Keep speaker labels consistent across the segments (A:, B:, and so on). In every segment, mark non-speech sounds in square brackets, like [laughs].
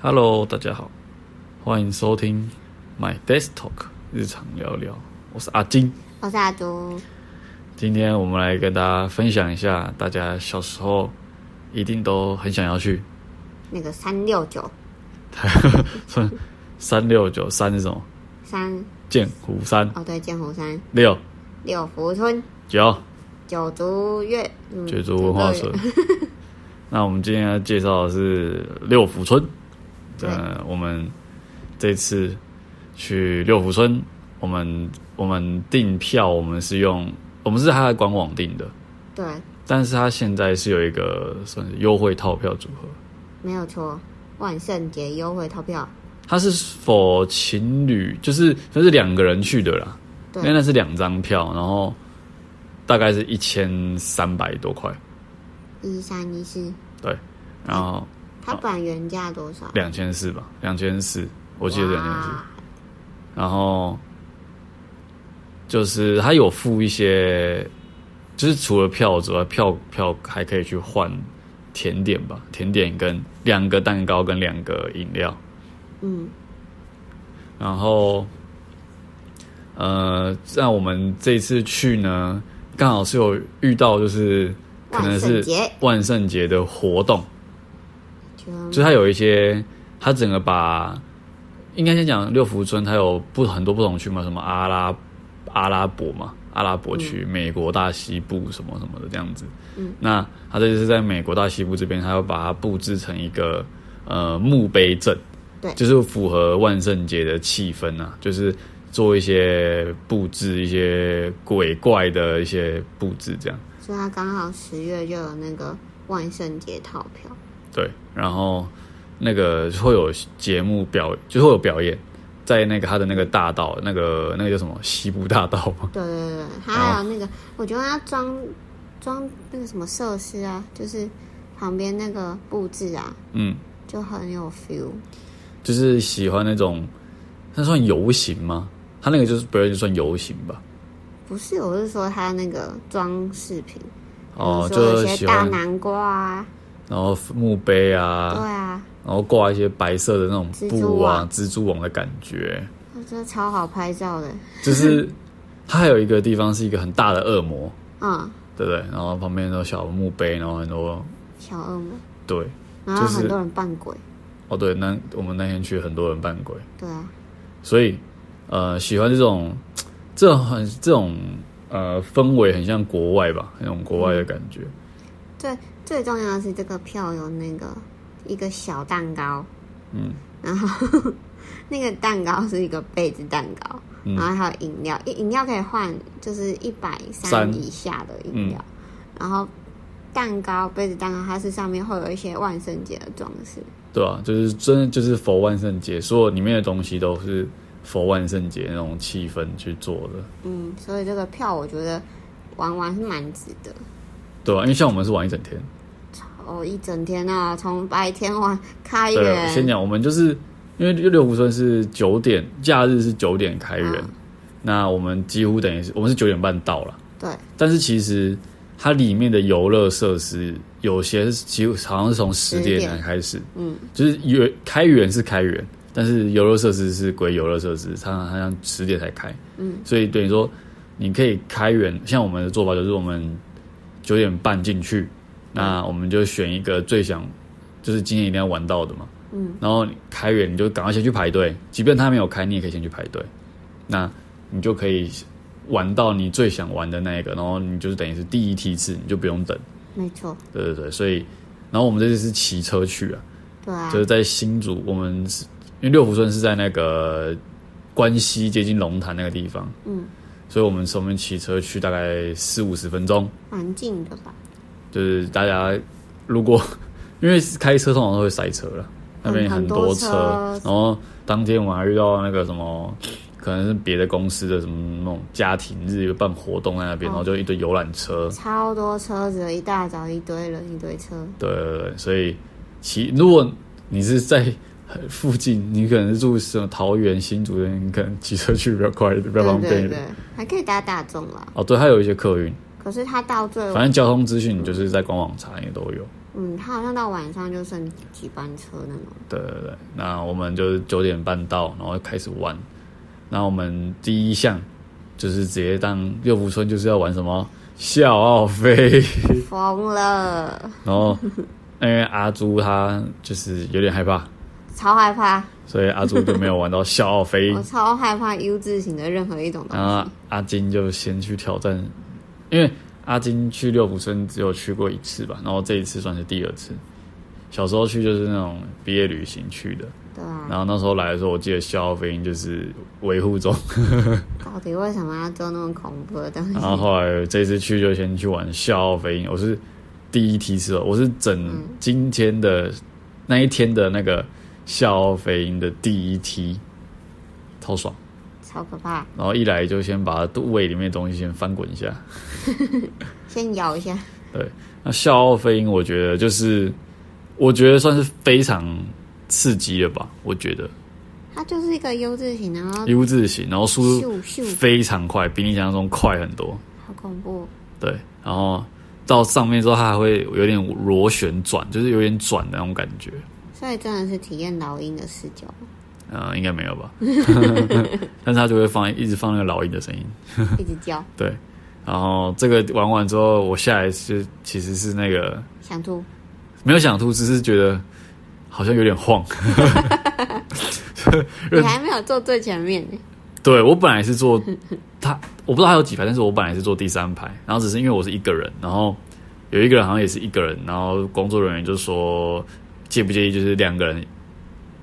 A: Hello，大家好，欢迎收听 My Desk Talk 日常聊聊，我是阿金。
B: 我是阿朱，
A: 今天我们来跟大家分享一下，大家小时候一定都很想要去 [laughs]
B: 那个三六九
A: 台算三六九三是什么？
B: 三
A: 剑湖山
B: 哦，对，剑湖山、
A: 六
B: 六福村、
A: 九
B: 九族月、嗯
A: 九族文化村。 [laughs] 那我们今天要介绍的是六福村。呃，我们这次去六福村，我们我们订票，我们是用我们是它的官网订的，
B: 对，
A: 但是它现在是有一个算是优惠套票组合，
B: 没有错，万圣节优惠套票，
A: 它是否情侣，就是就是两个人去的啦，因为
B: 对
A: 那是两张票，然后大概是一千三百多块，
B: 一三一四，
A: 对，然后
B: 它本来原价多少？
A: 两千四吧，两千四，我
B: 我
A: 记得两千四，然后就是他有付一些，就是除了票之外，票票还可以去换甜点吧，甜点跟两个蛋糕跟两个饮料，
B: 嗯，
A: 然后呃，让我们这次去呢，刚好是有遇到就是可能
B: 万
A: 是
B: 圣节
A: 万圣节的活动，
B: 全
A: 就是它有一些，它整个把应该先讲六福村，它有不很多不同区嘛，什么阿拉阿拉伯嘛，阿拉伯区、美国大西部什么什么的这样子。
B: 嗯，
A: 那它这就是在美国大西部这边，它要把它布置成一个呃墓碑阵，
B: 对
A: 就是符合万圣节的气氛啊，就是做一些布置，一些鬼怪的一些布置这样。
B: 所以它刚好十月就有那个万圣节套票，
A: 对，然后那个会有节目表，就会有表演，在那个他的那个大道，那个那个叫什么西部大道吗？ [laughs]
B: 对对对对，它还有那个，我觉得它装装那个什么设施啊，就是旁边那个布置啊，
A: 嗯，
B: 就很有 feel，
A: 就是喜欢那种，那算游行吗？他那个就是表演就算游行吧。
B: 不是，我是说它那个装饰品，
A: 哦，
B: 比如说
A: 就
B: 有
A: 是
B: 些
A: 喜
B: 大
A: 欢，
B: 南瓜啊，
A: 然后墓碑
B: 对
A: 啊，
B: 啊，
A: 然后挂一些白色的那种
B: 蜘蛛
A: 布啊
B: 网，
A: 蜘蛛网的感觉，
B: 我觉得哦超好拍照的，
A: 就是它还有一个地方是一个很大的恶魔，
B: 嗯，
A: 对不对？然后旁边都有小墓碑，然后很多
B: 小恶魔，
A: 对，
B: 然后
A: 就是
B: 很多人扮鬼，
A: 哦对，那我们那天去很多人扮鬼，
B: 对啊，
A: 所以呃，喜欢这种这种很这种呃氛围，很像国外吧，那种国外的感觉。
B: 最最重要的是这个票有那个一个小蛋糕，
A: 嗯，
B: 然后 [laughs] 那个蛋糕是一个杯子蛋糕，
A: 嗯
B: 然后还有饮料，饮饮料可以换就是一百三
A: 三嗯
B: 以下的饮料，然后蛋糕杯子蛋糕它是上面会有一些万圣节的装饰，
A: 对啊，就是真的就是佛万圣节，所有里面的东西都是佛万圣节那种气氛去做的，
B: 嗯，所以这个票我觉得玩玩是蛮值得。
A: 对啊，因为像我们是玩一整天，
B: 哦，一整天啊，从白天玩开
A: 对啊，
B: 园，
A: 我先讲我们就是因为六福村是九点，假日是九点开园，
B: 嗯
A: 那我们几乎等于是我们是九点半到了。
B: 对，
A: 但是其实它里面的游乐设施有些是几乎好像是从十点才开始，
B: 嗯，
A: 就是园开园是开园，但是游乐设施是归游乐设施，它它好像十点才开，
B: 嗯，
A: 所以等于说你可以开园，像我们的做法就是我们九点半进去，那我们就选一个最想就是今天一定要玩到的嘛，
B: 嗯，
A: 然后你开园你就赶快先去排队，即便它没有开，你也可以先去排队，那你就可以玩到你最想玩的那一个，然后你就是等于是第一梯次，你就不用等，
B: 没错，
A: 对对对，所以然后我们这次是骑车去啊，
B: 对啊
A: 就，是在新竹，我们是因为六福村是在那个关西接近龙潭那个地方，
B: 嗯，
A: 所以我们从我们骑车去大概四五十分钟，
B: 蛮近的吧，
A: 就是大家如果 [laughs] 因为开车通常都会塞车了，那边
B: 嗯很
A: 多
B: 多
A: 车，
B: 车
A: 然后当天我们还遇到那个什么。可能是别的公司的什么那种家庭日有办活动在那边，
B: 哦
A: 然后就一堆游览车，
B: 超多车子，一大早一堆人，一堆车，
A: 对对对，所以骑如果你是在呃附近，你可能是住什么桃园、新竹的，你可能骑车去比较快，比较
B: 对
A: 方便
B: 对
A: 一点。
B: 对，还可以搭大众啦。
A: 哦，对，它有一些客运，
B: 可是它到最
A: 反正交通资讯你就是在官网查也都有。
B: 嗯，他好像到晚上就剩几班车那种。
A: 对对对，那我们就是九点半到，然后开始玩。那我们第一项就是直接当六福村，就是要玩什么笑傲飞， [laughs]
B: 疯了，
A: 然后因为阿朱他就是有点害怕，
B: 超害怕，
A: 所以阿朱就没有玩到笑傲飞
B: 我。超害怕 U 字形的任何一种东
A: 然后
B: 西。
A: 阿金就先去挑战，因为阿金去六福村只有去过一次吧，然后这一次算是第二次。小时候去就是那种毕业旅行去的，
B: 对啊，
A: 然后那时候来的时候，我记得笑傲飞鹰就是维护中，
B: 到底为什么要做那么恐怖的东西
A: 然？后后来这次去就先去玩笑傲飞鹰，我是第一梯次哦，我是整今天的、那一天的那个笑傲飞鹰的第一梯，超爽。
B: 超可怕！
A: 然后一来就先把肚胃里面的东西先翻滚一下。
B: 先咬一下，
A: 那笑傲飞鹰，我觉得就是我觉得算是非常刺激了吧，我觉得
B: 它就是一个 U 字形，然后
A: U 字形，然后嗯速度
B: 咻咻，
A: 非常快，比你想象中快很多。
B: 好恐怖！
A: 对，然后到上面之后，它还会有点螺旋转，就是有点转的那种感觉。
B: 所以真的是体验老鹰的视角，
A: 呃，应该没有吧？ [laughs] 但是它就会放一直放那个老鹰的声音。
B: 一直叫，
A: 对，然后这个玩完之后，我下来是其实是那个
B: 想
A: [laughs]
B: 吐，
A: 没有想吐，只是觉得好像有点晃。
B: 你还没有坐最前面呢。
A: 对我本来是坐他，我不知道他有几排，但是我本来是坐第三排，然后只是因为我是一个人，然后有一个人好像也是一个人，然后工作人员就说介不介意就是两个人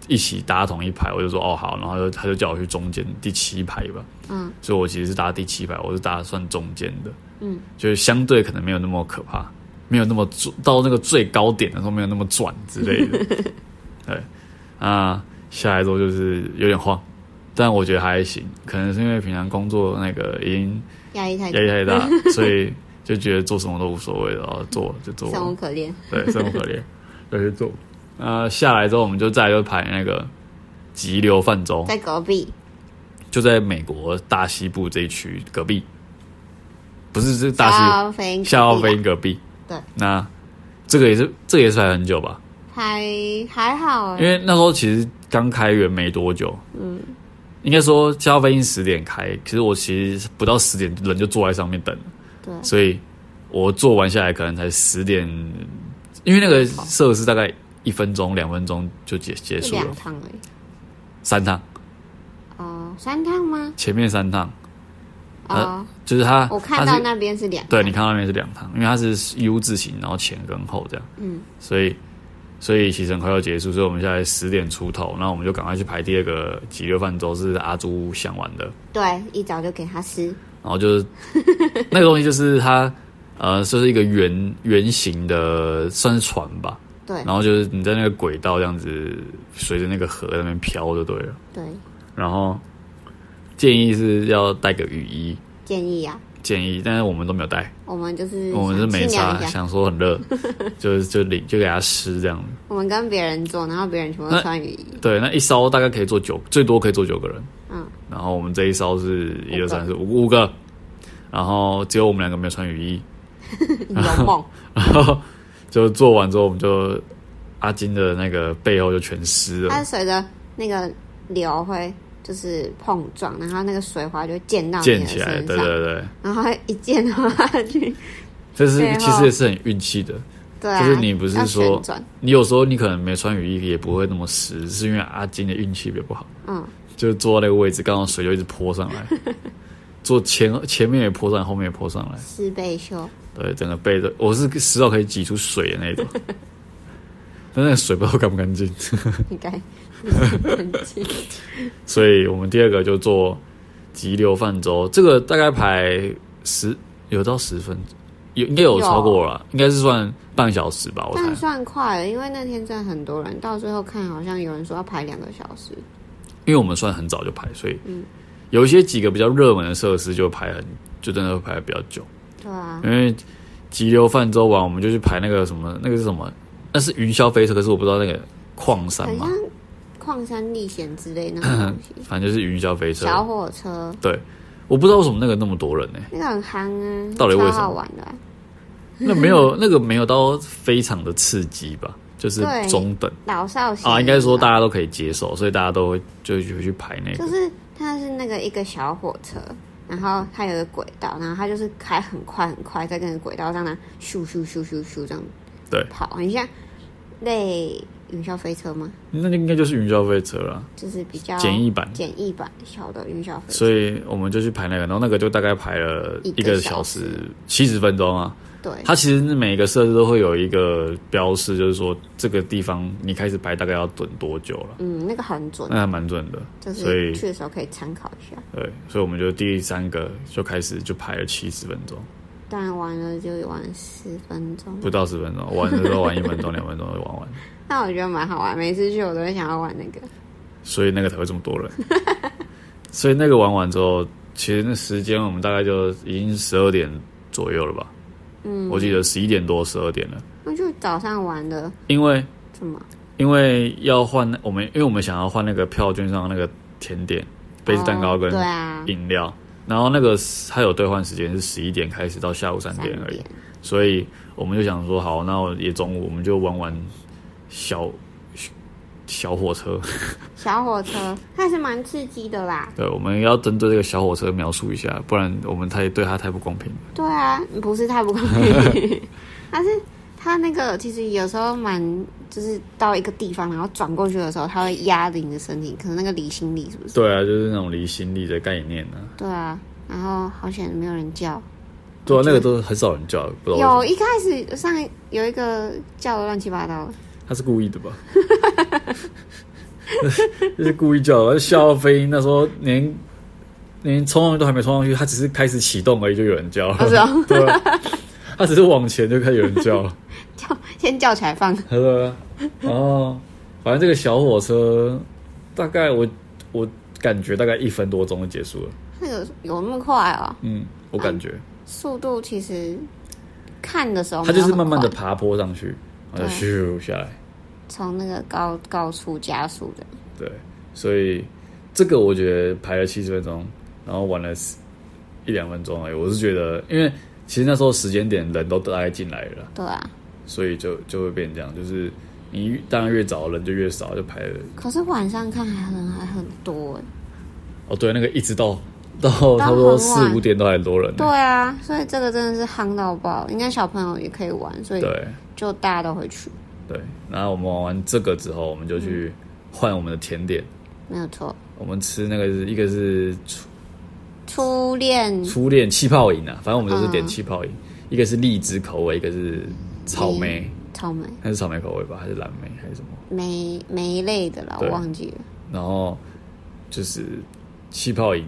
A: 一起搭同一排，我就说哦好，然后就他就叫我去中间第七排吧，
B: 嗯，
A: 所以我其实是搭第七排，我是搭算中间的，
B: 嗯，
A: 就是相对可能没有那么可怕，没有那么转到那个最高点的时候没有那么转之类
B: [laughs]
A: 的，对，啊，下来之后就是有点晃，但我觉得还行，可能是因为平常工作那个已经
B: 压力太大
A: 压，力太大，
B: [laughs]
A: 所以就觉得做什么都无所谓了，然后做就做，
B: 嗯生无可恋。
A: 对，生无可恋， [laughs] 对，就做。呃，下来之后我们就再来就排那个急流泛舟，
B: 在隔壁，
A: 就在美国大西部这一区隔壁，不是是大西部
B: 消费
A: 夏奥飞，鹰隔壁。
B: 啊对，
A: 那这个也是这个也是排很久吧，
B: 还还好
A: 因
B: 哎，
A: 为那时候其实刚开园没多久，嗯，应该说夏奥飞鹰十点开，其实我其实不到十点人就坐在上面等了，
B: 对，
A: 所以我做完下来可能才十点，因为那个设施大概一分钟两分钟就结结
B: 就
A: 束
B: 两
A: 了，
B: 趟而已。
A: 三趟
B: 哦，三趟吗？
A: 前面三趟
B: 哦，
A: 就是它，
B: 我看
A: 它
B: 到
A: 呃是
B: 那边是两趟，
A: 对，你看到那边是两趟，因为它是 U 字形，然后前跟后这样。
B: 嗯，
A: 所以所以其实很快要结束，所以我们现在十点出头，那我们就赶快去排第二个急流泛舟，是阿朱想玩的。
B: 对，一早就给他撕，
A: 然后就是
B: [laughs]
A: 那个东西，就是它呃，就是一个圆圆形的，算是船吧。
B: 对
A: 然后就是你在那个轨道这样子，随着那个河在那边飘就对了。
B: 对，
A: 然后建议是要带个雨衣，
B: 建议啊，
A: 建议，但是我们都没有带。
B: 我们就是
A: 我们是
B: 想
A: 没
B: 清凉
A: 差，
B: 一下，
A: 想说很
B: [laughs]
A: 热，就就淋就给它湿这样。
B: 我们跟别人坐，然后别人全部都穿雨衣， [laughs]
A: 对，那一艘大概可以坐九，最多可以坐九个人。
B: 嗯，
A: 然后我们这一艘是一
B: 五
A: 二
B: 个
A: 三四五五个，然后只有我们两个没有穿雨衣。
B: 有梦，
A: 然后就做完之后，我们就阿金的那个背后就全湿了
B: 它。是随着那个流会就是碰撞，然后那个水花就会溅到你
A: 溅
B: 的
A: 起来，
B: 身
A: 对
B: 上，
A: 对对，
B: 然后一溅的话就
A: 这是
B: 背后
A: 其实也是很运气的。
B: 对啊，
A: 就是你不是
B: 要
A: 说
B: 旋转
A: 你有时候你可能没穿雨衣也不会那么湿，是因为阿金的运气比较不好。
B: 嗯，
A: 就坐到那个位置，刚好水就一直泼上来，坐前前面也泼上来，后面也泼上来，
B: 四倍袖，
A: 对，整个背都我是湿到可以挤出水的那种，但那个水不知道干不干净，
B: 应该不是很近
A: 所以我们第二个就做急流泛舟，这个大概排十有到十分，有应该有超过了啦，应该是算半小时吧，我
B: 但
A: 猜，
B: 算快了，因为那天真的很多人，到最后看好像有人说要排两个小时，
A: 因为我们算很早就排，所以有一些几个比较热门的设施就排很就真的会排的比较久。
B: 对啊，
A: 因为急流泛舟完，我们就去排那个什么，那个是什么？那是云霄飞车，可是我不知道那个矿山
B: 很
A: 嘛
B: 像，矿山历险之类那种
A: [laughs]
B: 东西，
A: 反正就是云霄飞车。
B: 小火车
A: 对，我不知道为什么那个那么多人呢、
B: 那个很夯啊，
A: 到底为什么
B: 超好玩的啊、 [laughs]
A: 那没有那个没有到非常的刺激吧，就是
B: 对
A: 中等
B: 老少咸宜
A: 啊，应该说
B: 吧
A: 大家都可以接受，所以大家都会就就去排那个。
B: 就是它是那个一个小火车，然后它有个轨道，然后它就是开很快很快，在跟着轨道上呢咻咻咻咻咻这样
A: 对，
B: 跑，很像类云霄飞车吗？
A: 那应该就是云霄飞车了，
B: 就是比较
A: 简易版。
B: 简易版小的云霄飞车。
A: 所以我们就去排那个，然后那个就大概排了
B: 一
A: 一
B: 个
A: 个
B: 小
A: 小
B: 时
A: 时七十分钟啊。
B: 对，
A: 它其实每个设置都会有一个标示，就是说这个地方你开始排大概要等多久了，
B: 嗯，那个很准，
A: 那还蛮准的。
B: 就
A: 所
B: 是
A: 以
B: 去的时候可以参考一下。
A: 对，所以我们就第三个就开始就排了七十分钟，
B: 但玩了就玩十分钟，
A: 不到十分钟，玩的时候玩一分钟、两分钟就玩完，
B: 那我觉得蛮好玩。每次去我都会想要玩那个。
A: 所以那个才会这么多人。 [laughs] 所以那个玩完之后，其实那时间我们大概就已经十二点左右了吧？
B: 嗯，
A: 我记得十一点多、十二点了，
B: 那就早上玩的
A: 因为
B: 什么？
A: 因为要换我们，因为我们想要换那个票券上那个甜点、杯子蛋糕跟
B: 哦对啊，
A: 饮料，然后那个它有兑换时间是十一点开始到下午三
B: 三
A: 点而已
B: 点，
A: 所以我们就想说，好，那我也中午我们就玩玩小小火车。
B: 小火车，它还是蛮刺激的啦。
A: 对，我们要针对这个小火车描述一下，不然我们太对它太不公平了。
B: 对啊，不是太不公
A: [laughs]
B: 平，但是它那个其实有时候蛮，就是到一个地方，然后转过去的时候，它会压着你的身体，可能那个离心力是不是？
A: 对啊，就是那种离心力的概念啊。
B: 对啊，然后好险没有人叫。
A: 对啊，那个都很少人叫，不知道为什
B: 有
A: 么
B: 一开始上有一个叫的乱七八糟的，
A: 他是故意的吧？ [laughs] 就是故意叫的，笑到飞鹰那时候连连冲上去都还没冲上去，他只是开始启动而已，就有人叫了。
B: 哦是哦
A: 对啊，他只是往前就开始有人叫了。
B: [laughs] 叫先叫起来放。
A: 他说，然后反正这个小火车大概我我感觉大概一分多钟就结束了。
B: 那个有那么快哦？
A: 嗯，我感觉
B: 速度其实看的时候没
A: 它
B: 有
A: 就是
B: 哦很
A: 慢慢的
B: 快
A: 爬坡上去，然后就咻下来。
B: 从那个高高速加速的。
A: 对，所以这个我觉得排了七十分钟，然后玩了10一两分钟而已。我是觉得，因为其实那时候时间点人都大概进来了，
B: 对啊，
A: 所以就就会变成这样，就是你越当然越早人就越少，就排了。
B: 可是晚上看还人还很多哎。
A: 哦，对，那个一直到 [laughs] 到差不多
B: 很
A: 四
B: 晚
A: 五点都还很多人
B: 对
A: 呢。
B: 啊，所以这个真的是夯到爆，应该小朋友也可以玩，所以
A: 对
B: 就大家都会去，
A: 对，然后我们玩完这个之后，我们就去换我们的甜点。
B: 没有错。
A: 我们吃那个是一个是初
B: 初恋
A: 初恋气泡饮啊，反正我们就是点
B: 嗯
A: 气泡饮，一个是荔枝口味，一个是草莓。
B: 草莓
A: 那是草莓口味吧，还是蓝莓还是什么？
B: 莓莓类的啦，我
A: 对
B: 忘记了，
A: 然后就是气泡饮，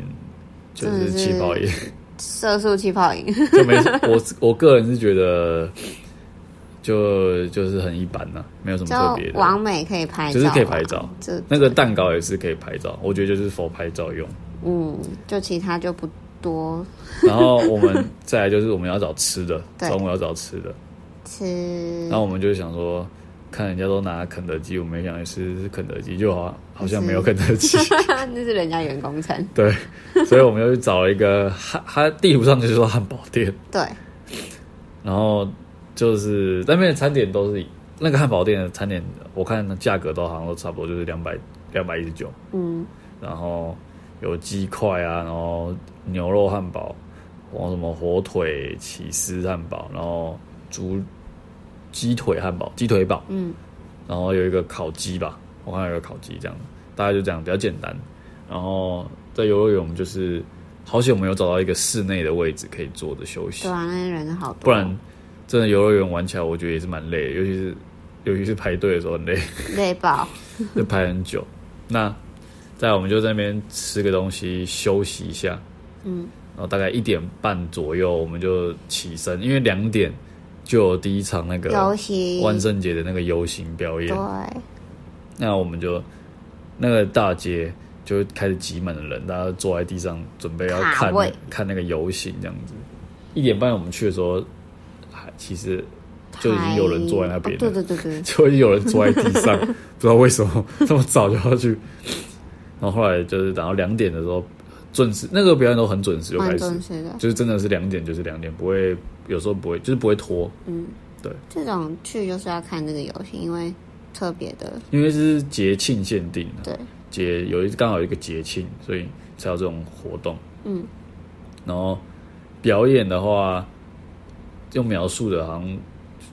A: 就是气泡饮， [laughs]
B: 色素气泡饮。
A: 就没我我个人是觉得就就是很一般呐、啊没有什么特别
B: 就完
A: 的。
B: 美可以拍照
A: 就
B: 啊，
A: 是可以拍照
B: 就
A: 那个蛋糕也是可以拍照，我觉得就是否拍照用。
B: 嗯，就其他就不多
A: 然后我们 [laughs] 再来就是我们要找吃的，
B: 对
A: 中午要找吃的。
B: 吃
A: 然后我们就想说，看人家都拿肯德基，我们也想去吃肯德基，就好好像没有肯德基。
B: [laughs] 那是人家员工餐，
A: 对，所以我们就去找了一个汉，它地图上就是说汉堡店，
B: 对，
A: 然后就是那边的餐点都是那个汉堡店的餐点，我看价格都好像都差不多，就是两百两百一十九，
B: 嗯，
A: 然后有鸡块啊，然后牛肉汉堡，然后什么火腿起司汉堡，然后猪鸡腿汉堡、鸡腿堡，
B: 嗯，
A: 然后有一个烤鸡吧，我看有一个烤鸡这样，大概就这样比较简单。然后在游乐园我们就是好险我们有找到一个室内的位置可以坐着休息
B: 对，啊，那些人好多，
A: 不然真的游乐园玩起来我觉得也是蛮累的，尤其是尤其是排队的时候很累。
B: 累爆，
A: 就排很久。 [laughs] 那在我们就在那边吃个东西休息一下，
B: 嗯，
A: 然后大概一点半左右我们就起身，因为两点就有第一场那
B: 游
A: 个
B: 戏，
A: 万圣节的那个游行表演
B: 对，，
A: 那我们就那个大街就开始挤满了人，大家都坐在地上准备要
B: 卡
A: 看
B: 位
A: 看那个游行这样子。一点半我们去的时候，还其实就已经有人坐在那边
B: 哦
A: 了
B: 对。对对对，
A: 就会有人坐在地上，不知道为什么这么早就要去。然后后来就是等到两点 [laughs] 的时候，准时那个表演都很准时就开
B: 蛮
A: 始
B: 准，时的，
A: 就是真的是两点就是两点，不会有时候不会，就是不会拖，
B: 这种去就是要看这个游戏，因为特别的，
A: 因为这是节庆限定的，
B: 对，
A: 节有一刚好有一个节庆，所以才有这种活动。
B: 嗯，
A: 然后表演的话，用描述的，好像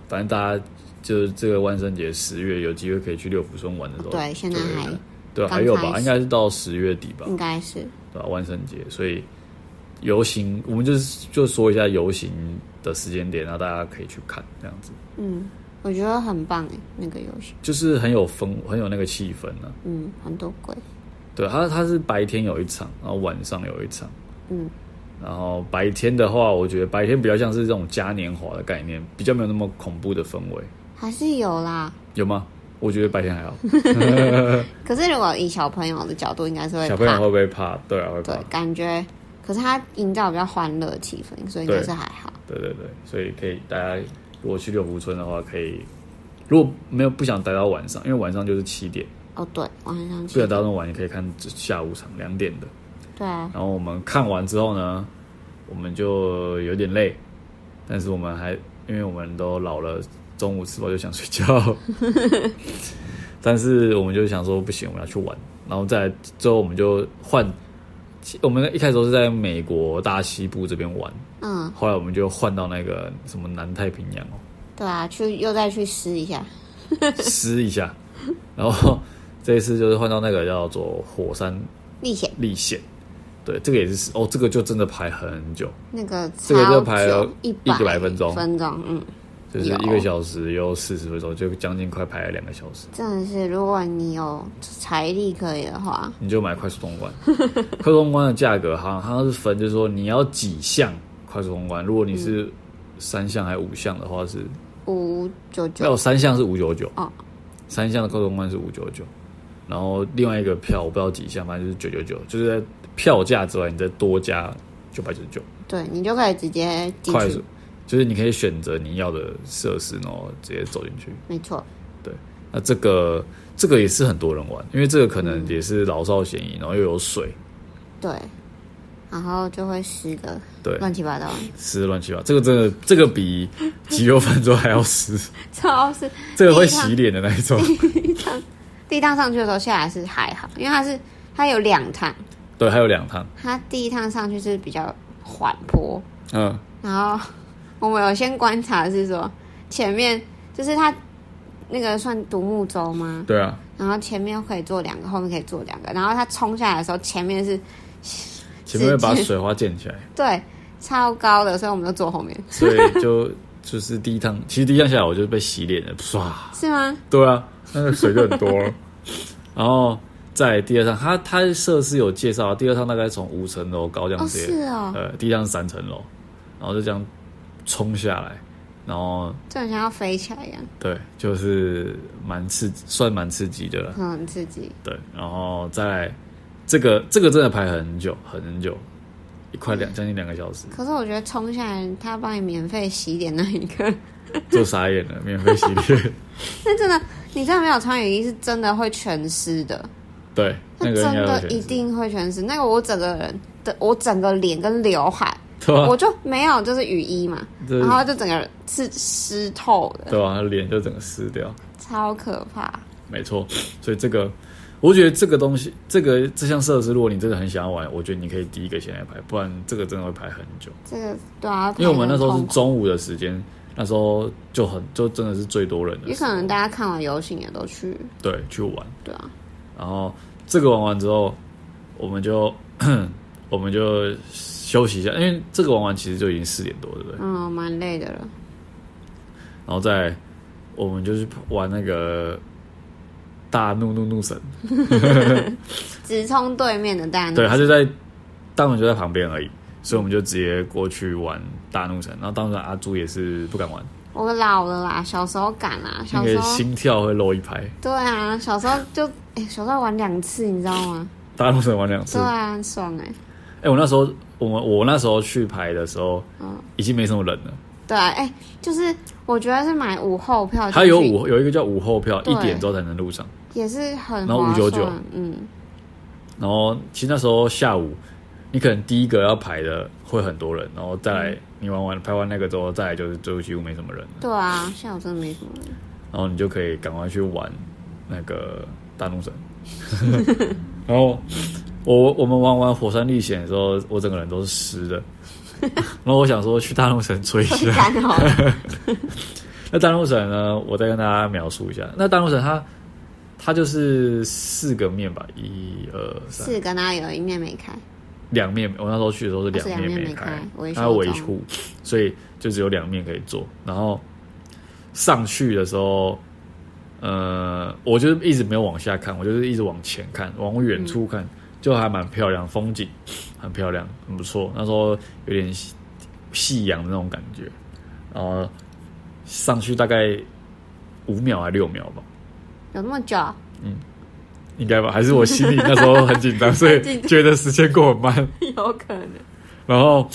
A: 反正大家就是这个万圣节十月有机会可以去六福村玩的时候，
B: 对现在
A: 就会
B: 还
A: 对啊
B: 刚
A: 还有吧，
B: 开始嗯
A: 应该是到十月底吧，
B: 应该是
A: 对吧、啊万圣节，所以游行我们就是就说一下游行的时间点，然后大家可以去看这样子。
B: 嗯，我觉得很棒哎，那个游戏，
A: 就是很有氛，很有那个气氛啊。
B: 嗯，很多鬼，
A: 对，它它是白天有一场，然后晚上有一场。
B: 嗯，
A: 然后白天的话，我觉得白天比较像是这种嘉年华的概念，比较没有那么恐怖的氛围，
B: 还是有啦。
A: 有吗？我觉得白天还好，
B: 可是如果以小朋友的角度，应该是会
A: 小朋友
B: 怕
A: 会不会怕？对啊，会怕
B: 对。，感觉，可是他营造比较欢乐的气氛，所以应该
A: 对
B: 是还好。
A: 对对对，所以可以大家如果去六福村的话，可以如果没有不想待到晚上，因为晚上就是七点，
B: 哦，对，晚上
A: 不
B: 去
A: 想待，到那么晚，也可以看下午场两点的。
B: 对啊，
A: 然后我们看完之后呢，我们就有点累，但是我们还因为我们都老了，中午吃饱就想睡觉，但是我们就想说不行，我们要去玩。然后再来之后我们就换，其我们一开始都是在美国大西部这边玩，
B: 嗯，
A: 后来我们就换到那个什么南太平洋哦，
B: 对啊，去又再去试一下，
A: 撕一下，然后这一次就是换到那个叫做火山
B: 历险
A: 历险，对，这个也是哦，这个就真的排很久。
B: 那个
A: 这个就
B: 超
A: 排了
B: 久，一
A: 100分钟
B: 分钟，嗯，
A: 就是
B: 有
A: 一个小时又四十分钟，就将近快排了两个小时。
B: 真的是，如果你有财力可以的话，
A: 你就买快速通关， [laughs] 快速通关的价格好像它是分，就是说你要几项快速通关，如果你
B: 嗯
A: 是三项还五项的话是，
B: 五九
A: 没
B: 九
A: 有三项是五九九
B: 哦，
A: 三项的快速通关是五九九，然后另外一个票我不知道几项，反正就是九九九，就是在票价之外你再多加九百九十九，
B: 对你就可以直接进
A: 快速
B: 去，
A: 就是你可以选择你要的设施，然后直接走进去。
B: 没错，
A: 那这个这个也是很多人玩，因为这个可
B: 嗯
A: 能也是老少咸宜，然后又有水，
B: 对，然后就会十个
A: 对，
B: 乱七八糟，
A: 湿乱七八，这个真的这个比急流泛舟还要湿，
B: [laughs] 超是
A: 这个会洗脸的那一
B: [laughs]
A: 种。
B: 第一趟上去的时候下来是还好，因为它是它有两趟，
A: 对，还有两趟，
B: 它第一趟上去是比较缓坡，
A: 嗯，
B: 然后我们有先观察是说前面就是它那个算独木舟吗？
A: 对啊，
B: 然后前面可以坐两个，后面可以坐两个，然后它冲下来的时候，前面是
A: 前面会把
B: 直接
A: 水花溅起来，
B: 对超高的，所以我们就坐后面，
A: 所以就就是第一趟，其实第一趟下来我就被洗脸了，唰，
B: 是吗？
A: 对啊，那个水就很多了。然后在第二趟，它它设施有介绍，啊第二趟大概从五层楼高这样
B: 哦，
A: 直接
B: 是哦，
A: 呃，地上是三层楼，然后就这样冲下来，然后
B: 就很像要飞起来一样，
A: 对，就是蛮刺激，算蛮刺激的了，
B: 很刺激。
A: 对，然后再来这个这个真的排很久很久，一快
B: 嗯
A: 两将近两个小时，
B: 可是我觉得冲下来，他帮你免费洗脸那一个， [laughs]
A: 就傻眼了，免费洗脸，
B: 那真的，你真的没有穿雨衣，是真的会全湿的。
A: 对，
B: 那
A: 那个应
B: 真
A: 该会
B: 的
A: 全
B: 一
A: 是，
B: 定会全湿。那个我整个人的，我整个脸跟刘海，
A: 对吧、
B: 我就没有就是雨衣嘛，
A: 啊对
B: 然后就整个人是湿透的，
A: 对吧、啊脸就整个湿掉，
B: 超可怕。
A: 没错，所以这个。我觉得这个东西，这个这项设施，如果你真的很想要玩，我觉得你可以第一个先来排，不然这个真的会排很久。
B: 这个对啊，
A: 因为我们那时候是
B: 排得很痛苦
A: 中午的时间，那时候就很就真的是最多人的
B: 也
A: 时
B: 可
A: 候，
B: 能大家看完游行也都去，
A: 对去玩。
B: 对啊，
A: 然后这个玩完之后，我们就 [coughs] 我们就休息一下，因为这个玩完其实就已经四点多，对不对？
B: 嗯，蛮累的了。
A: 然后再我们就是玩那个大怒怒怒神，
B: 直冲对面的大怒，
A: 对，他就在大怒就在旁边而已，所以我们就直接过去玩大怒神。然后当然阿朱也是不敢玩，
B: 我老了啦，小时候敢啦，
A: 那
B: 小时
A: 个
B: 候
A: 心跳会漏一拍。
B: 对啊，小时候就哎、小时候玩两次，你知道吗？
A: 大怒神玩两次
B: 对，啊，很爽哎、
A: 哎、我那时候我们我那时候去排的时候，
B: 嗯
A: 已经没什么人了。
B: 对啊，哎、就是我觉得是买午后票进去，
A: 它有午有一个叫午后票，
B: 对
A: 一点之后才能入场。
B: 也是很
A: 然后
B: 划
A: 599
B: 算，嗯，
A: 然后其实那时候下午你可能第一个要排的会很多人，然后再
B: 嗯
A: 来你玩完拍完那个之后，再来就是就几乎没什么人了，
B: 对啊，下午真的没什么人。
A: 然后你就可以赶快去玩那个大怒
B: [laughs]
A: 神。 [laughs] 然后我我们玩完火山历险的时候，我整个人都是湿
B: [laughs]
A: 的。然后我想说去大怒神吹一下，
B: 干好，
A: [laughs] 那大陆省呢，我再跟大家描述一下。那大陆省它它就是四个面吧，一二三，
B: 四个呢有一面没开，
A: 两面。我那时候去的时候是
B: 哦是
A: 两
B: 两面
A: 面
B: 没
A: 开
B: 开，我也是
A: 它
B: 我
A: 围
B: 懂
A: 护，所以就只有两面可以坐。然后上去的时候，呃，我就是一直没有往下看，我就是一直往前看，往远处看，就还蛮漂亮，风景很漂亮，很不错。那时候有点夕夕阳的那种感觉，然后上去大概五秒还六秒吧。
B: 有那么久？
A: 应该吧？还是我心里那时候很紧张，所
B: [laughs]
A: 以觉得时间过很慢。
B: [laughs] 有可能。
A: 然后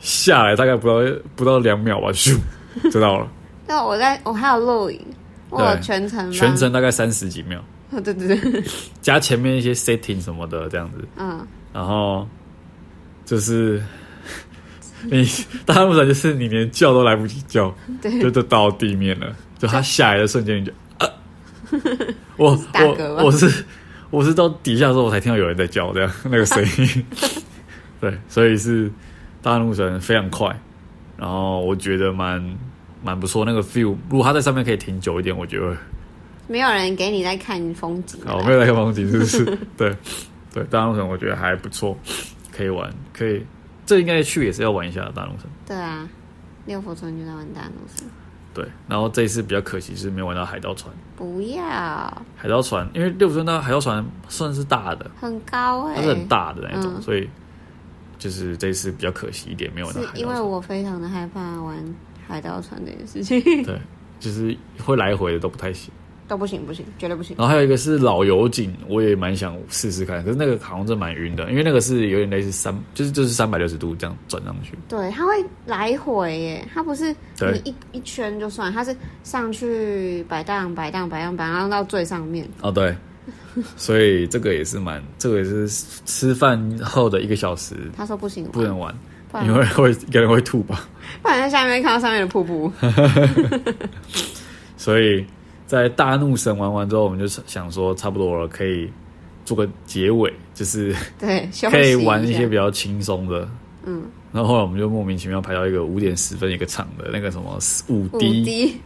A: 下来大概不到不到两秒吧，咻，知道了。
B: 对，我在我还有录影，我有
A: 对
B: 全程帮
A: 全程，大概三十几秒，
B: 哦 [laughs] 对对对，
A: 加前面一些 setting 什么的这样子，
B: 嗯，
A: 然后就是 [laughs] 你 [laughs] 大部分就是你连叫都来不及叫，
B: 对
A: 就就到地面了。就他下来的瞬间，你就、呃、我
B: 打嗝吧
A: 我我是我是到底下的时候，我才听到有人在叫这样那个声音。对，所以是大怒神非常快，然后我觉得蛮蛮不错。那个 feel，如果他在上面可以停久一点，我觉得
B: 没有人给你在看风景的啦，
A: 好，啊没有那个风景，是不是？ [laughs] 对对，大怒神我觉得还不错，可以玩，可以。这应该去也是要玩一下的大怒神。
B: 对啊，六福村就在玩大怒神，
A: 对，然后这一次比较可惜是没有玩到海盗船。
B: 不要，
A: 海盗船，因为六福村那海盗船算是大的，
B: 很高哎、
A: 它是很大的那一种，
B: 嗯
A: 所以就是这一次比较可惜一点，没有拿
B: 是
A: 海
B: 因
A: 盗
B: 为
A: 船。
B: 我非常的害怕玩海盗船这件事情，
A: 对，就是会来回的 [laughs] 都不太行。
B: 都不行不行，绝对不行。
A: 然后还有一个是老油井，我也蛮想试试看，可是那个好像真蛮晕的，因为那个是有点类似三，就是就是三百六十度这样转上去。
B: 对，它会来回耶，它不是
A: 对
B: 你一一圈就算，它是上去摆荡摆荡摆荡摆荡到最上面，
A: 哦，对，所以这个也是蛮，这个也是吃饭后的一个小时
B: 他说不行，
A: 不能玩，
B: [laughs] 不然
A: 因为会一个人会吐吧。
B: 不然在下面会看到上面的
A: [laughs]
B: 瀑布。
A: 所以在大怒神玩完之后，我们就想说差不多了，可以做个结尾，就是 [laughs]
B: 对，休息
A: 可以
B: 下
A: 玩一些比较轻松的。
B: 嗯，
A: 然后后来我们就莫名其妙排到一个五点十分一个场的那个什么五
B: 五
A: D，
B: D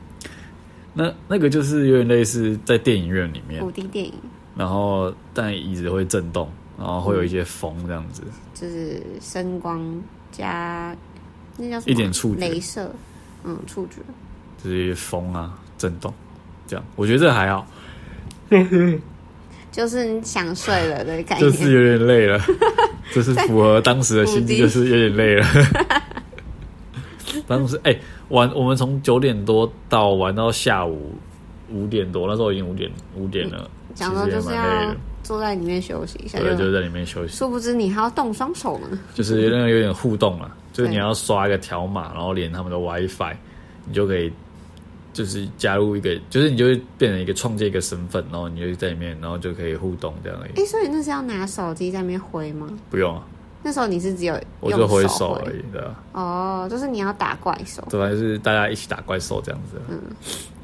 A: 那那个就是有点类似在电影院里面
B: 五，D 电影，
A: 然后但椅子会震动，然后会有一些风这样子，
B: 就是声光加那叫什么？
A: 一点触觉
B: 镭射，嗯，触觉。
A: 就是一些风啊震动，这样我觉得这还好，
B: 就是你想睡了的概
A: 就
B: 念，
A: 是有点累
B: [laughs]
A: 了，就是符合当时的心境，
B: 在
A: 就是有点累了。
B: [laughs]
A: 当时哎、玩我们从九点多到玩到下午五点多，那时候已经五点五点了，其
B: 嗯讲到
A: 实也
B: 就是
A: 蛮累
B: 要
A: 的。
B: 坐在里面休息一下，
A: 对，就
B: 就
A: 在里面休息，
B: 殊不知你还要动双手呢。
A: 就是有点有点互动了，就是
B: 对
A: 你要刷一个条码，然后连他们的 WiFi，你就可以就是加入一个，就是你就会变成一个创建一个身份，然后你就在里面，然后就可以互动这样而已，
B: 哎、所以那是要拿手机在那边挥吗？
A: 不用啊，
B: 那时候你是只有
A: 我就挥
B: 挥
A: 手而已，对吧、啊
B: 哦，就是你要打怪手，
A: 对吧？就是大家一起打怪兽这样子。
B: 嗯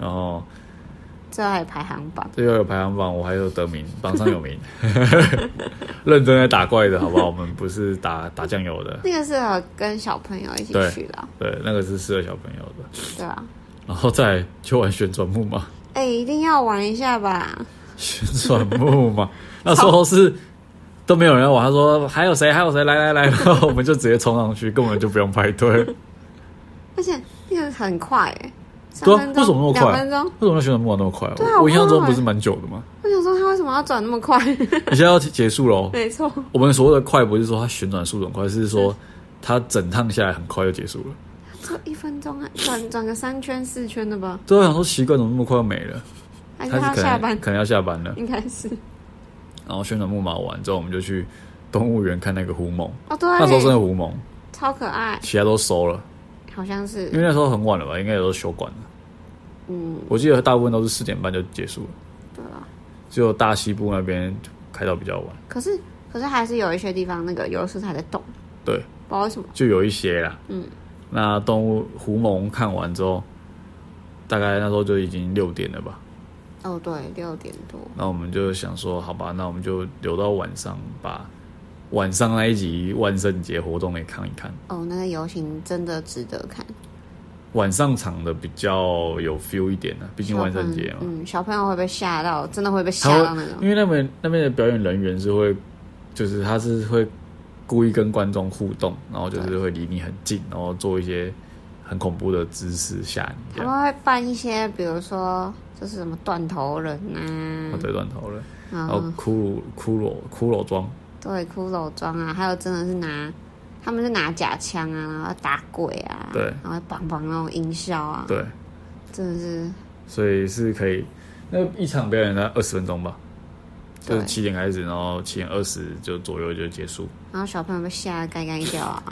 A: 然后
B: 最后还有排行榜，
A: 最后有排行榜，我还有得名，榜上有名。 [laughs] 认真在打怪的好不好？我们不是打打酱油的，
B: 那个适合跟小朋友一起
A: 对
B: 去啦，
A: 对，那个是适合小朋友的。
B: 对啊，
A: 然后再来就玩旋转木马， [laughs]
B: 哎、一定要玩一下吧，
A: 旋转木
B: [laughs]
A: 马那时候是。都没有人要玩，他说还有谁还有谁来来
B: [laughs]
A: 来，然后我们就直接冲上去，根本就不用排队。
B: 而且那个很快哎、三
A: 对啊，
B: 分
A: 为什么那么
B: 钟两
A: 快？
B: 分钟，
A: 为什么旋转木马那么快？
B: 对啊
A: 我
B: 我
A: 印象中
B: 不知道
A: 不
B: 欸
A: 是蛮久的吗？
B: 我想说他为什么要转那么快？ [laughs]
A: 你现在要结束了哦。
B: 没错，
A: 我们所谓的快，不是说它旋转速度很快，是说它整趟下来很快就结束了。
B: 就一分钟啊，转转个三圈四圈的吧，
A: 最后想啊说奇怪，怎么那么快就没了？
B: 还是
A: 它
B: 他
A: 是可
B: 下
A: 能
B: 班？
A: 可能要下班了。
B: 应该是
A: 然后旋转木马完之后，我们就去动物园看那个狐獴。
B: 哦，对，
A: 那时候真的狐獴，
B: 超可爱，
A: 其他都收了，
B: 好像是
A: 因为那时候很晚了吧，应该也都休馆了。
B: 嗯，
A: 我记得大部分都是四点半就结束了，
B: 对啊，
A: 只有大西部那边开到比较晚。
B: 可是可是还是有一些地方那个游乐设施还在动，
A: 对，
B: 不知道为什么。
A: 就有一些啦。
B: 嗯，
A: 那动物狐獴看完之后，大概那时候就已经六点了吧。
B: 哦，对，六点多。
A: 那我们就想说，好吧，那我们就留到晚上，把晚上那一集万圣节活动给看一看。
B: 哦，那个游行真的值得看，
A: 晚上场的比较有 feel 一点呢、啊毕竟万圣节嘛。
B: 嗯，小朋友会被吓到，真的会被吓
A: 他
B: 到
A: 会嗯
B: 那，种。
A: 因为那边那边的表演人员是会，就是他是会故意跟观众互动，然后就是会离你很近，然后做一些很恐怖的姿势吓你这
B: 他
A: 样。
B: 们会办一些，比如说就是什么断头人啊
A: 哦，，对，断头了，
B: 然
A: 然后
B: 后
A: 骷髅骷髅骷髅装，
B: 对骷髅装啊，还有真的是拿，他们是拿假枪啊，然后打鬼啊，
A: 对
B: 然后梆梆那种音效啊，
A: 对，
B: 真的是
A: 所以是可以。那一场表演在二十分钟吧，就
B: 对
A: 是，七点开始，然后七点二十就左右就结束。
B: 然后小朋友被吓得干干掉
A: [laughs]
B: 啊，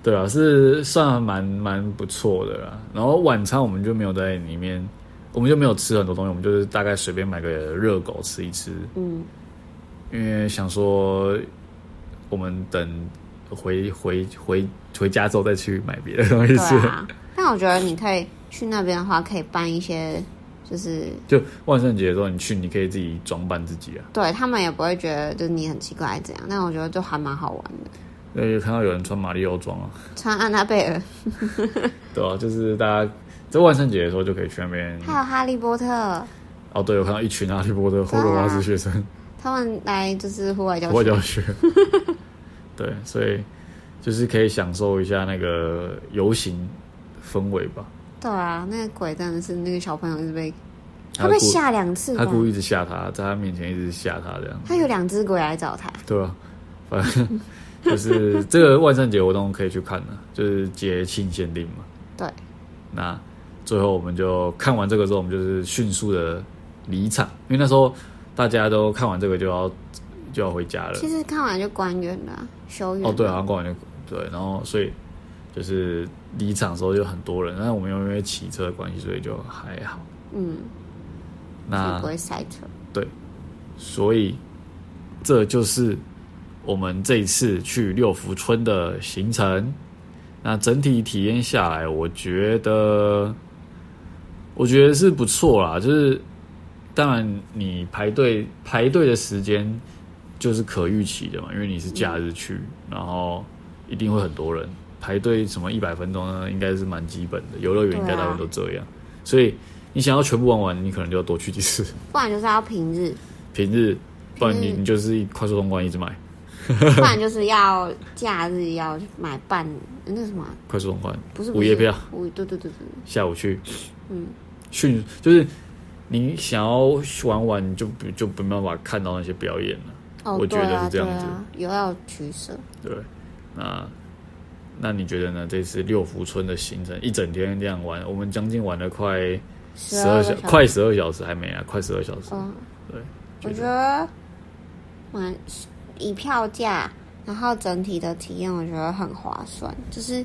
A: 对啊，是算蛮蛮不错的啦。然后晚餐我们就没有在里面，我们就没有吃很多东西，我们就是大概随便买个热狗吃一吃，
B: 嗯，
A: 因为想说我们等回 [laughs] 回回回家之后再去买别的东西
B: 对
A: 吃。
B: 啊。但我觉得你可以去那边的话，可以办一些，就是
A: [laughs] 就万圣节的时候你去，你可以自己装扮自己啊。
B: 对他们也不会觉得就是你很奇怪怎样，但我觉得就还蛮好玩的。
A: 因为看到有人穿马里奥装啊，
B: 穿安娜贝尔，
A: 对啊，就是大家在万圣节的时候就可以去那边。
B: 还有哈利波特，
A: 哦，对，我看到一群哈利波特霍格沃兹学生。
B: 他们来就是户外教
A: 国外
B: 学，
A: 教学。 [laughs] 对，所以就是可以享受一下那个游行氛围吧。
B: 对啊，那个鬼真的是那个小朋友是被
A: 他
B: 他被
A: 故
B: 吓两次
A: 他
B: 吧，
A: 故意一直吓他，在他面前一直吓他这样，
B: 他有两只鬼来找他，
A: 对吧、反正就是这个万圣节活动可以去看的，就是节庆限定嘛。
B: 对，
A: 那最后我们就看完这个之后，我们就是迅速的离场，因为那时候大家都看完这个就要就要回家了。
B: 其实看完就关园了啊，休园
A: 哦，对，
B: 了
A: 好像逛完就对，然后所以就是离场的时候就很多人，但是我们又因为骑车的关系，所以就还好。
B: 嗯，就
A: 那
B: 不会塞车，
A: 所以这就是我们这一次去六福村的行程。那整体体验下来，我觉得我觉得是不错啦，就是当然你排队排队的时间就是可预期的嘛，因为你是假日去，然后一定会很多人排队，什么一百分钟呢，应该是蛮基本的，游乐园应该大部分都这样，所以你想要全部玩完，你可能就要多去几次。
B: 不然就是要平日，
A: 平日，不然你
B: 平日
A: 你就是快速通关一直买，
B: 不然就是要假日要买半那个什么啊，
A: 快速通关，
B: 不是
A: 午夜票，
B: 不是午对对对对，
A: 下午去，
B: 嗯，
A: 迅就是你想要玩完就不就没办法看到那些表演了，
B: 哦，
A: 我觉得
B: 对啊
A: 是这样
B: 对
A: 子
B: 啊，有要有取舍，
A: 对，那那你觉得呢？这次六福村的行程一整天这样玩，我们将近玩了快十
B: 12
A: 二
B: 个
A: 小
B: 小时
A: 快十二小时还没啊，快十二小时，
B: 嗯，
A: 对，
B: 我
A: 觉
B: 觉
A: 得
B: 得蛮以票价，然后整体的体验，我觉得很划算。就是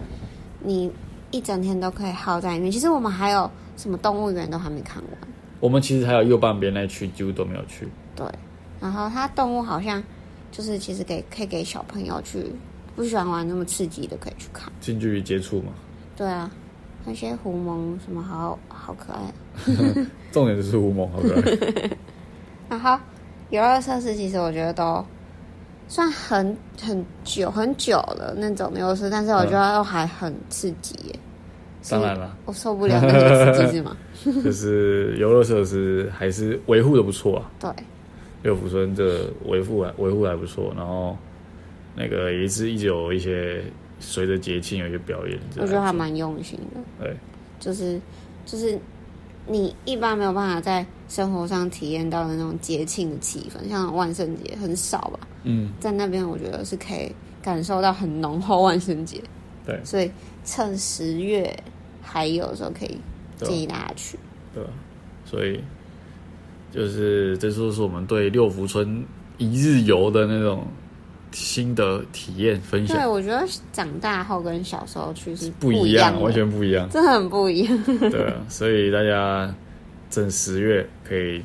B: 你一整天都可以耗在里面。其实我们还有什么动物园都还没看完，
A: 我们其实还有右半边那区几乎都没有去，
B: 对。然后它动物好像就是其实给可以给小朋友去，不喜欢玩那么刺激的可以去看。
A: 近距离接触嘛，
B: 对啊，那些狐獴什么好好可爱。
A: 重点就是乌蒙，好
B: [laughs]
A: 不好？
B: 然后游乐设施其实我觉得都算很很久很久了那种游乐设施，但是我觉得都还很刺激耶。是
A: 当然了，
B: 我受不了那个刺激是吗？
A: 就是游乐设施还是维护的不错啊。
B: 对，
A: 六福村这维护还维护还不错，然后那个也是一直有一些随着节庆有一些表演这
B: 我
A: 样，
B: 觉得还蛮用心的，
A: 对
B: 就是就是你一般没有办法在生活上体验到的那种节庆的气氛，像万圣节很少吧，
A: 嗯，
B: 在那边我觉得是可以感受到很浓厚万圣节，
A: 对
B: 所以趁十月还有的时候可以
A: 对啊
B: 建议大家去。
A: 对吧？所以就是这就是我们对六福村一日游的那种心得体验分
B: 对，
A: 享，
B: 我觉得长大后跟小时候去是
A: 不一
B: 一
A: 样，
B: 的，
A: 完全不一样
B: 真的很不一样。
A: 对啊，所以大家整十月可以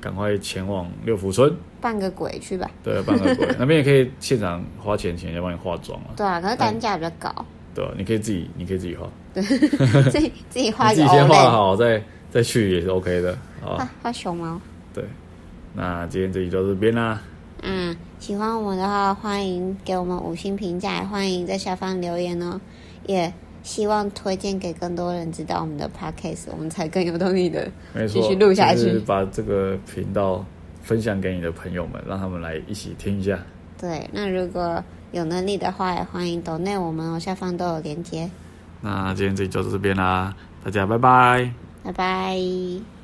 A: 赶快前往六福村，
B: 扮个鬼去吧。
A: 对，扮个
B: [laughs]
A: 鬼，那边也可以现场花钱请人家帮你化妆啊，
B: 对啊，可是单价比较高，
A: 对吧？你可以自己，你可以自己化，
B: 自己自己画
A: 你
B: 一个
A: 自己先
B: Olay
A: 画好再再去也是 OK 的，好
B: [laughs]
A: 吧
B: 画，画熊猫。
A: 对，那今天这集就到这边啦，
B: 嗯，喜欢我们的话，欢迎给我们五星评价，也欢迎在下方留言哦。也希望推荐给更多人知道我们的 podcast，我们才更有动力的。
A: 没错，
B: 继续录下去
A: 就是把这个频道分享给你的朋友们，让他们来一起听一下。
B: 对，那如果有能力的话，也欢迎 d 内我们哦，下方都有连接。
A: 那今天这集就到这边啦，大家拜拜。
B: 拜拜。